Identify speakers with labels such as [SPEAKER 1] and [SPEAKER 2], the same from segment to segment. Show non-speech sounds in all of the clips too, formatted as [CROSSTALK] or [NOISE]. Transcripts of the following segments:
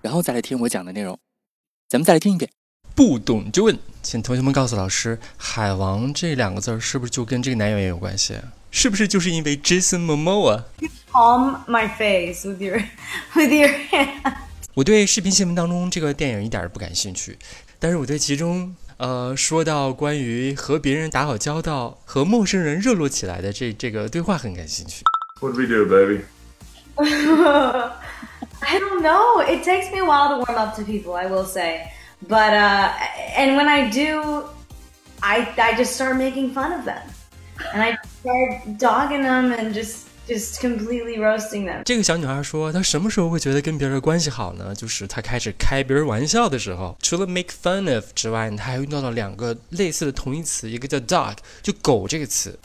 [SPEAKER 1] 然后再来听我讲的内容。咱们再来听一遍。不懂就问，请同学们告诉老师，“海王”这两个字儿是不是就跟这个男演员有关系？是不是就是因为 Jason Momoa？
[SPEAKER 2] palm my face with your [LAUGHS] with your hand.
[SPEAKER 1] 我对视频新闻当中这个电影一点儿也不感兴趣，但是我对其中呃说到关于和别人打好交道、和陌生人热络起来的这这个对话很感兴趣。
[SPEAKER 3] What do we do, baby?
[SPEAKER 2] I don't know. It takes me a while to warm up to people, I will say. But uh and when I do, I I just start making fun of them. And I start dogging them and just just completely roasting them.
[SPEAKER 1] 这个小女孩说，她什么时候会觉得跟别人的关系好呢？就是她开始开别人玩笑的时候，除了 make fun of 之外，她还用到了两个类似的同义词，一个叫 dog，就狗这个词，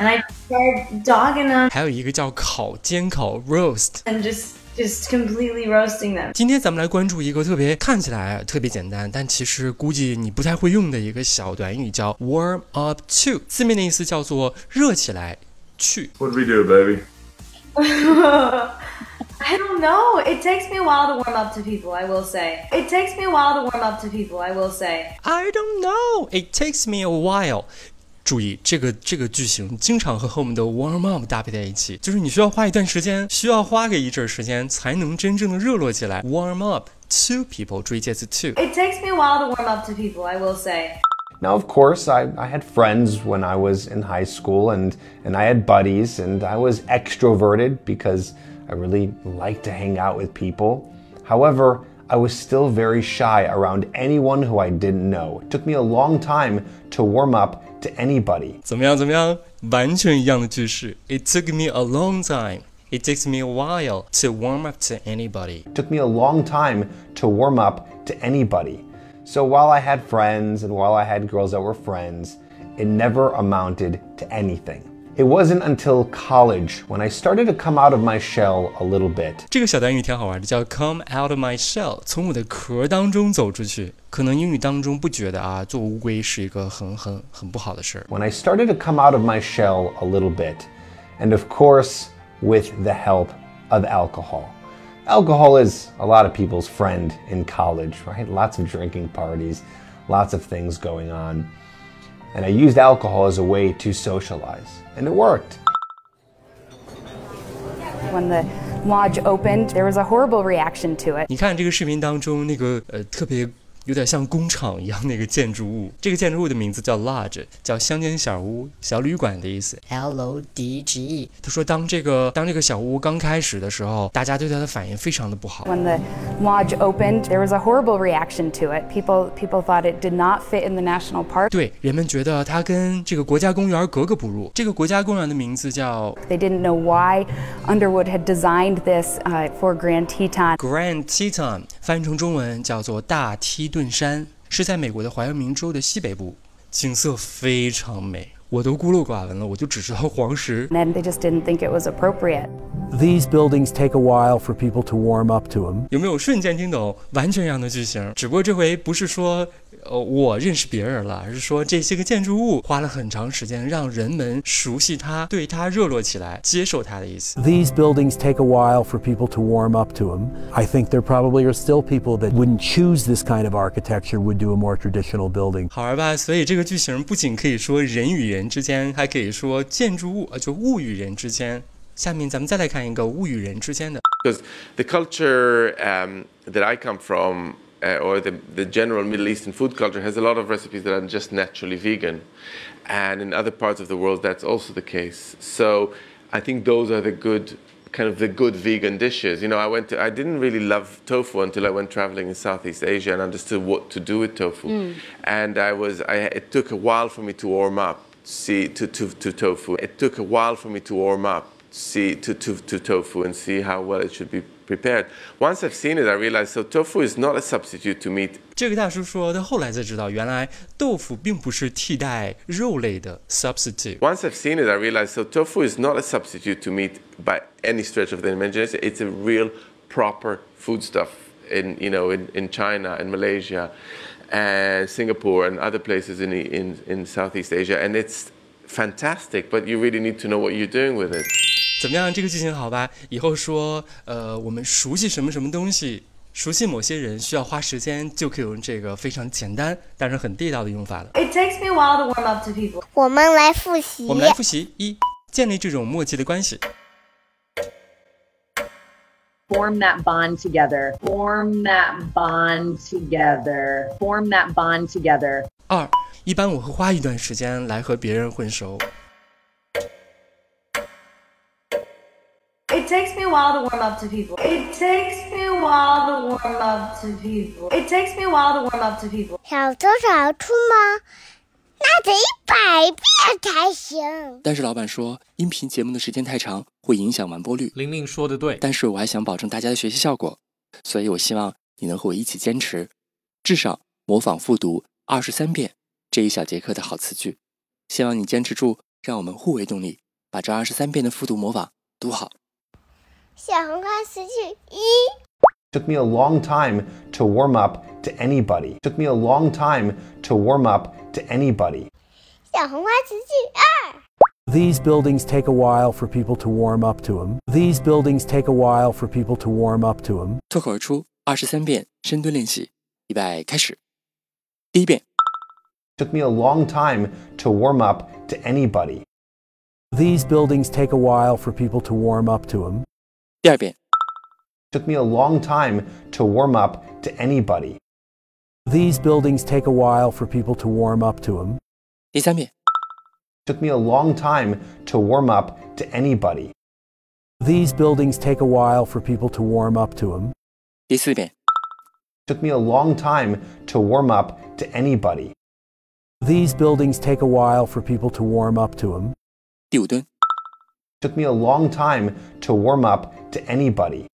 [SPEAKER 2] And I start dogging them
[SPEAKER 1] 还有一个叫烤煎烤 roast。
[SPEAKER 2] and just just completely roasting them. [LAUGHS]
[SPEAKER 1] 今天咱们来关注一个特别看起来特别简单，但其实估计你不太会用的一个小短语，叫 warm up to，字面的意思叫做热起来去。
[SPEAKER 3] What do we do, baby?
[SPEAKER 2] I don't know. It takes me a while to warm up to people, I will say. It takes me a while to warm up to people, I will say.
[SPEAKER 1] I don't know, it takes me a while。注意，这个这个句型经常和后面的 warm up 搭配在一起，就是你需要花一段时间，需要花个一阵儿时间，才能真正的热络起来。warm up to people，注意介词 to。
[SPEAKER 2] It takes me a while to warm up to people, I will say.
[SPEAKER 4] Now, of course, I, I had friends when I was in high school and, and I had buddies, and I was extroverted because I really liked to hang out with people. However, I was still very shy around anyone who I didn't know. It took me a long time to warm up to anybody.
[SPEAKER 1] 怎么样？怎么样？完全一样的句式。It took me a long time. It takes me a while to warm up to anybody.
[SPEAKER 4] It took me a long time to warm up to anybody. So while I had friends and while I had girls that were friends, it never amounted to anything. It wasn't until college when I started to come out of my shell a little bit.
[SPEAKER 1] 这个小短语挺好玩的，叫 come out of my shell，从我的壳当中走出去。可能英语当中不觉得啊，做乌龟是一个很很很不好的事儿。
[SPEAKER 4] When I started to come out of my shell a little bit, and of course, with the help of alcohol. Alcohol is a lot of people's friend in college, right? Lots of drinking parties, lots of things going on. And I used alcohol as a way to socialize, and it worked.
[SPEAKER 5] When the lodge opened, there was a horrible reaction to it.
[SPEAKER 1] 你看这个视频当中那个呃特别有点像工厂一样那个建筑物，这个建筑物的名字叫 lodge，叫乡间小屋、小旅馆的意思。
[SPEAKER 6] L O D G E。
[SPEAKER 1] 他说当这个当这个小屋刚开始的时候，大家对它的反应非常的不好。
[SPEAKER 5] When the lodge opened, there was a horrible reaction to it. People people thought it did not fit in the national park.
[SPEAKER 1] 对，人们觉得它跟这个国家公园格格不入。这个国家公园的名字叫
[SPEAKER 5] They didn't know why Underwood had designed this uh, for Grand Teton.
[SPEAKER 1] Grand Teton，翻译成中文叫做大梯顿山，是在美国的怀俄明州的西北部，景色非常美。我都孤陋寡闻了，我就只知道黄石
[SPEAKER 5] And then they just didn't think it was appropriate.
[SPEAKER 7] These buildings take a while for people to warm up to them.
[SPEAKER 1] 有没有瞬间听懂？完全一样的句型，只不过这回不是说，呃，我认识别人了，而是说这些个建筑物花了很长时间让人们熟悉它，对它热络起来，接受它的意思。
[SPEAKER 7] These buildings take a while for people to warm up to them. I think there probably are still people that wouldn't choose this kind of architecture, would do a more traditional building.
[SPEAKER 1] 好玩吧？所以这个句型不仅可以说人与人之间，还可以说建筑物，呃，就物与人之间。下面咱们再来看一个物与人之间的。
[SPEAKER 3] Because the culture um, that I come from, uh, or the, the general Middle Eastern food culture, has a lot of recipes that are just naturally vegan. And in other parts of the world, that's also the case. So I think those are the good, kind of the good vegan dishes. You know, I went to, I didn't really love tofu until I went traveling in Southeast Asia and understood what to do with tofu. And I was, I, it took a while for me to warm up. See to, to, to tofu. It took a while for me to warm up see to, to, to tofu and see how well it should be prepared. Once I've seen it, I realized so tofu is not a substitute to meat
[SPEAKER 1] 这个大叔说，他后来才知道，原来豆腐并不是替代肉类的 substitute。
[SPEAKER 3] Once I've seen it, I realized so tofu is not a substitute to meat by any stretch of the imagination. It's a real proper foodstuff in you know in, in China and Malaysia and Singapore and other places in, in in Southeast Asia, and it's fantastic. But you really need to know what you're doing with it.
[SPEAKER 1] 怎么样？这个剧情好吧？以后说，呃，我们熟悉什么什么东西，熟悉某些人需要花时间，就可以用这个非常简单但是很地道的用法了。
[SPEAKER 2] It takes me a while to warm up to people.
[SPEAKER 8] 我们来复习。
[SPEAKER 1] 我们来复习：一、建立这种默契的关系；
[SPEAKER 9] Form that bond together. Form that bond together. Form that bond together.
[SPEAKER 1] 二、一般我会花一段时间来和别人混熟；
[SPEAKER 2] It takes me a while to warm up to people. It takes me a while to warm up to people. It takes me a while to warm up to people.
[SPEAKER 10] 小多少出吗？那得一百遍才行。
[SPEAKER 11] 但是老板说，音频节目的时间太长，会影响完播率。
[SPEAKER 12] 玲玲说的对，
[SPEAKER 11] 但是我还想保证大家的学习效果，所以我希望你能和我一起坚持，至少模仿复读二十三遍这一小节课的好词句。希望你坚持住，让我们互为动力，把这二十三遍的复读模仿读好。
[SPEAKER 8] 小红花词句一，
[SPEAKER 4] Took me a long time to warm up to anybody. Took me a long time to warm up to anybody.
[SPEAKER 8] 小红花词句二，
[SPEAKER 7] These buildings take a while for people to warm up to them. These buildings take a while for people to warm up to them.
[SPEAKER 11] 脱口而出二十三遍深蹲练习，预备开始。第一遍，
[SPEAKER 4] Took me a long time to warm up to anybody.
[SPEAKER 7] These buildings take a while for people to warm up to them.
[SPEAKER 11] 第二遍，
[SPEAKER 4] Took me a long time to warm up to anybody.
[SPEAKER 7] These buildings take a while for people to warm up to them.
[SPEAKER 11] 第三遍，
[SPEAKER 4] Took me a long time to warm up to anybody.
[SPEAKER 7] These buildings take a while for people to warm up to them.
[SPEAKER 11] 第四遍，
[SPEAKER 4] Took me a long time to warm up to anybody.
[SPEAKER 7] These buildings take a while for people to warm up to them.
[SPEAKER 11] 第五蹲，
[SPEAKER 4] Took me a long time to warm up to anybody.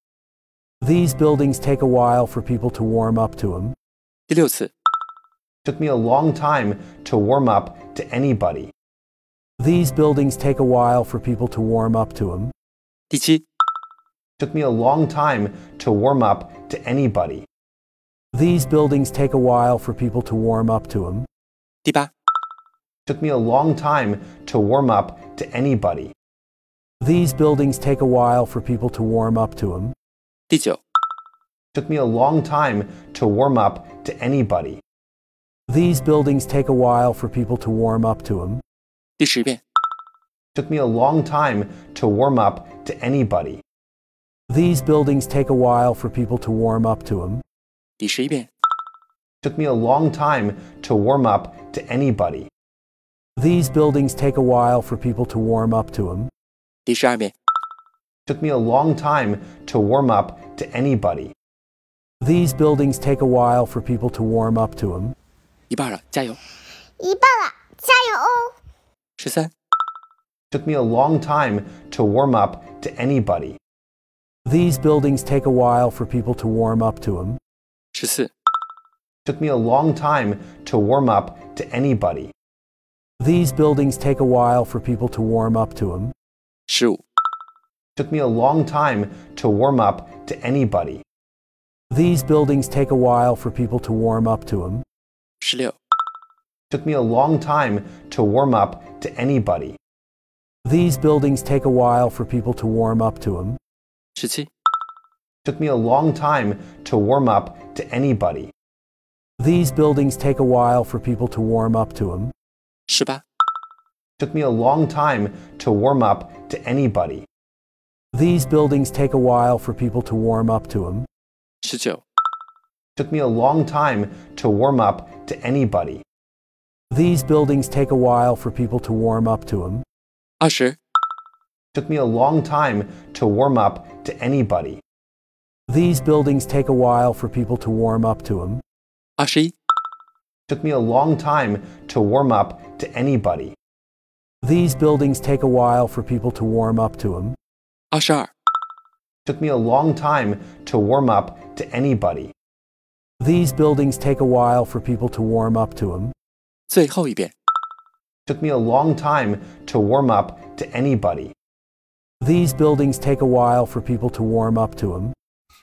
[SPEAKER 7] These buildings take a while for people to warm up to them.
[SPEAKER 11] 第六次，
[SPEAKER 4] Took me a long time to warm up to anybody.
[SPEAKER 7] These buildings take a while for people to warm up to them.
[SPEAKER 11] 第七，
[SPEAKER 4] Took me a long time to warm up to anybody.
[SPEAKER 7] These buildings take a while for people to warm up to them.
[SPEAKER 11] 第八，
[SPEAKER 4] Took me a long time to warm up to anybody.
[SPEAKER 7] These buildings take a while for people to warm up to them.
[SPEAKER 11] 第九，
[SPEAKER 4] Took me a long time to warm up to anybody.
[SPEAKER 7] These buildings take a while for people to warm up to them.
[SPEAKER 11] 第十遍，
[SPEAKER 4] Took me a long time to warm up to anybody.
[SPEAKER 7] These buildings take a while for people to warm up to them.
[SPEAKER 11] 第十一遍，
[SPEAKER 4] Took me a long time to warm up to anybody.
[SPEAKER 7] These buildings take a while for people to warm up to them.
[SPEAKER 11] 第十二遍，
[SPEAKER 4] Took me a long time to warm up to anybody.
[SPEAKER 7] These buildings take a while for people to warm up to them.
[SPEAKER 11] 一半了，加油！
[SPEAKER 8] 一半了，加油哦！
[SPEAKER 11] 十三、
[SPEAKER 4] Took me a long time to warm up to anybody.
[SPEAKER 7] These buildings take a while for people to warm up to them.
[SPEAKER 11] 十四、
[SPEAKER 4] Took me a long time to warm up to anybody.
[SPEAKER 7] These buildings take a while for people to warm up to them.
[SPEAKER 11] 十五、
[SPEAKER 4] Took me a long time to warm up to anybody.
[SPEAKER 7] These buildings take a while for people to warm up to them.
[SPEAKER 11] 十六、
[SPEAKER 4] Took me a long time to warm up to anybody.
[SPEAKER 7] These buildings take a while for people to warm up to them.
[SPEAKER 11] 十七、
[SPEAKER 4] Took me a long time to warm up to anybody.
[SPEAKER 7] These buildings take a while for people to warm up to them.
[SPEAKER 11] 十八、
[SPEAKER 4] Took me a long time to warm up to anybody.
[SPEAKER 7] These buildings take a while for people to warm up to them.
[SPEAKER 11] 十九、
[SPEAKER 4] Took me a long time to warm up to anybody.
[SPEAKER 7] These buildings take a while for people to warm up to them.
[SPEAKER 11] 二十、
[SPEAKER 4] Took me a long time to warm up to anybody.
[SPEAKER 7] These buildings take a while for people to warm up to them.
[SPEAKER 11] 二十一、
[SPEAKER 4] Took me a long time to warm up to anybody.
[SPEAKER 7] These buildings take a while for people to warm up to them.
[SPEAKER 11] 二十二、
[SPEAKER 4] took me a long time to warm up to anybody.
[SPEAKER 7] These buildings take a while for people to warm up to them.
[SPEAKER 11] 最后一遍。
[SPEAKER 4] Took me a long time to warm up to anybody.
[SPEAKER 7] These buildings take a while for people to warm up to them.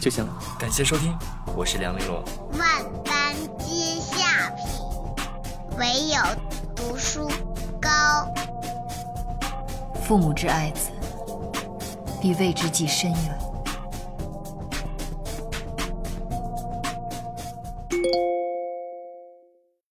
[SPEAKER 11] 就行了。感谢收听，我是梁丽罗。
[SPEAKER 8] 万般皆下品，唯有读书高。
[SPEAKER 13] 父母之爱子，必为之计深远。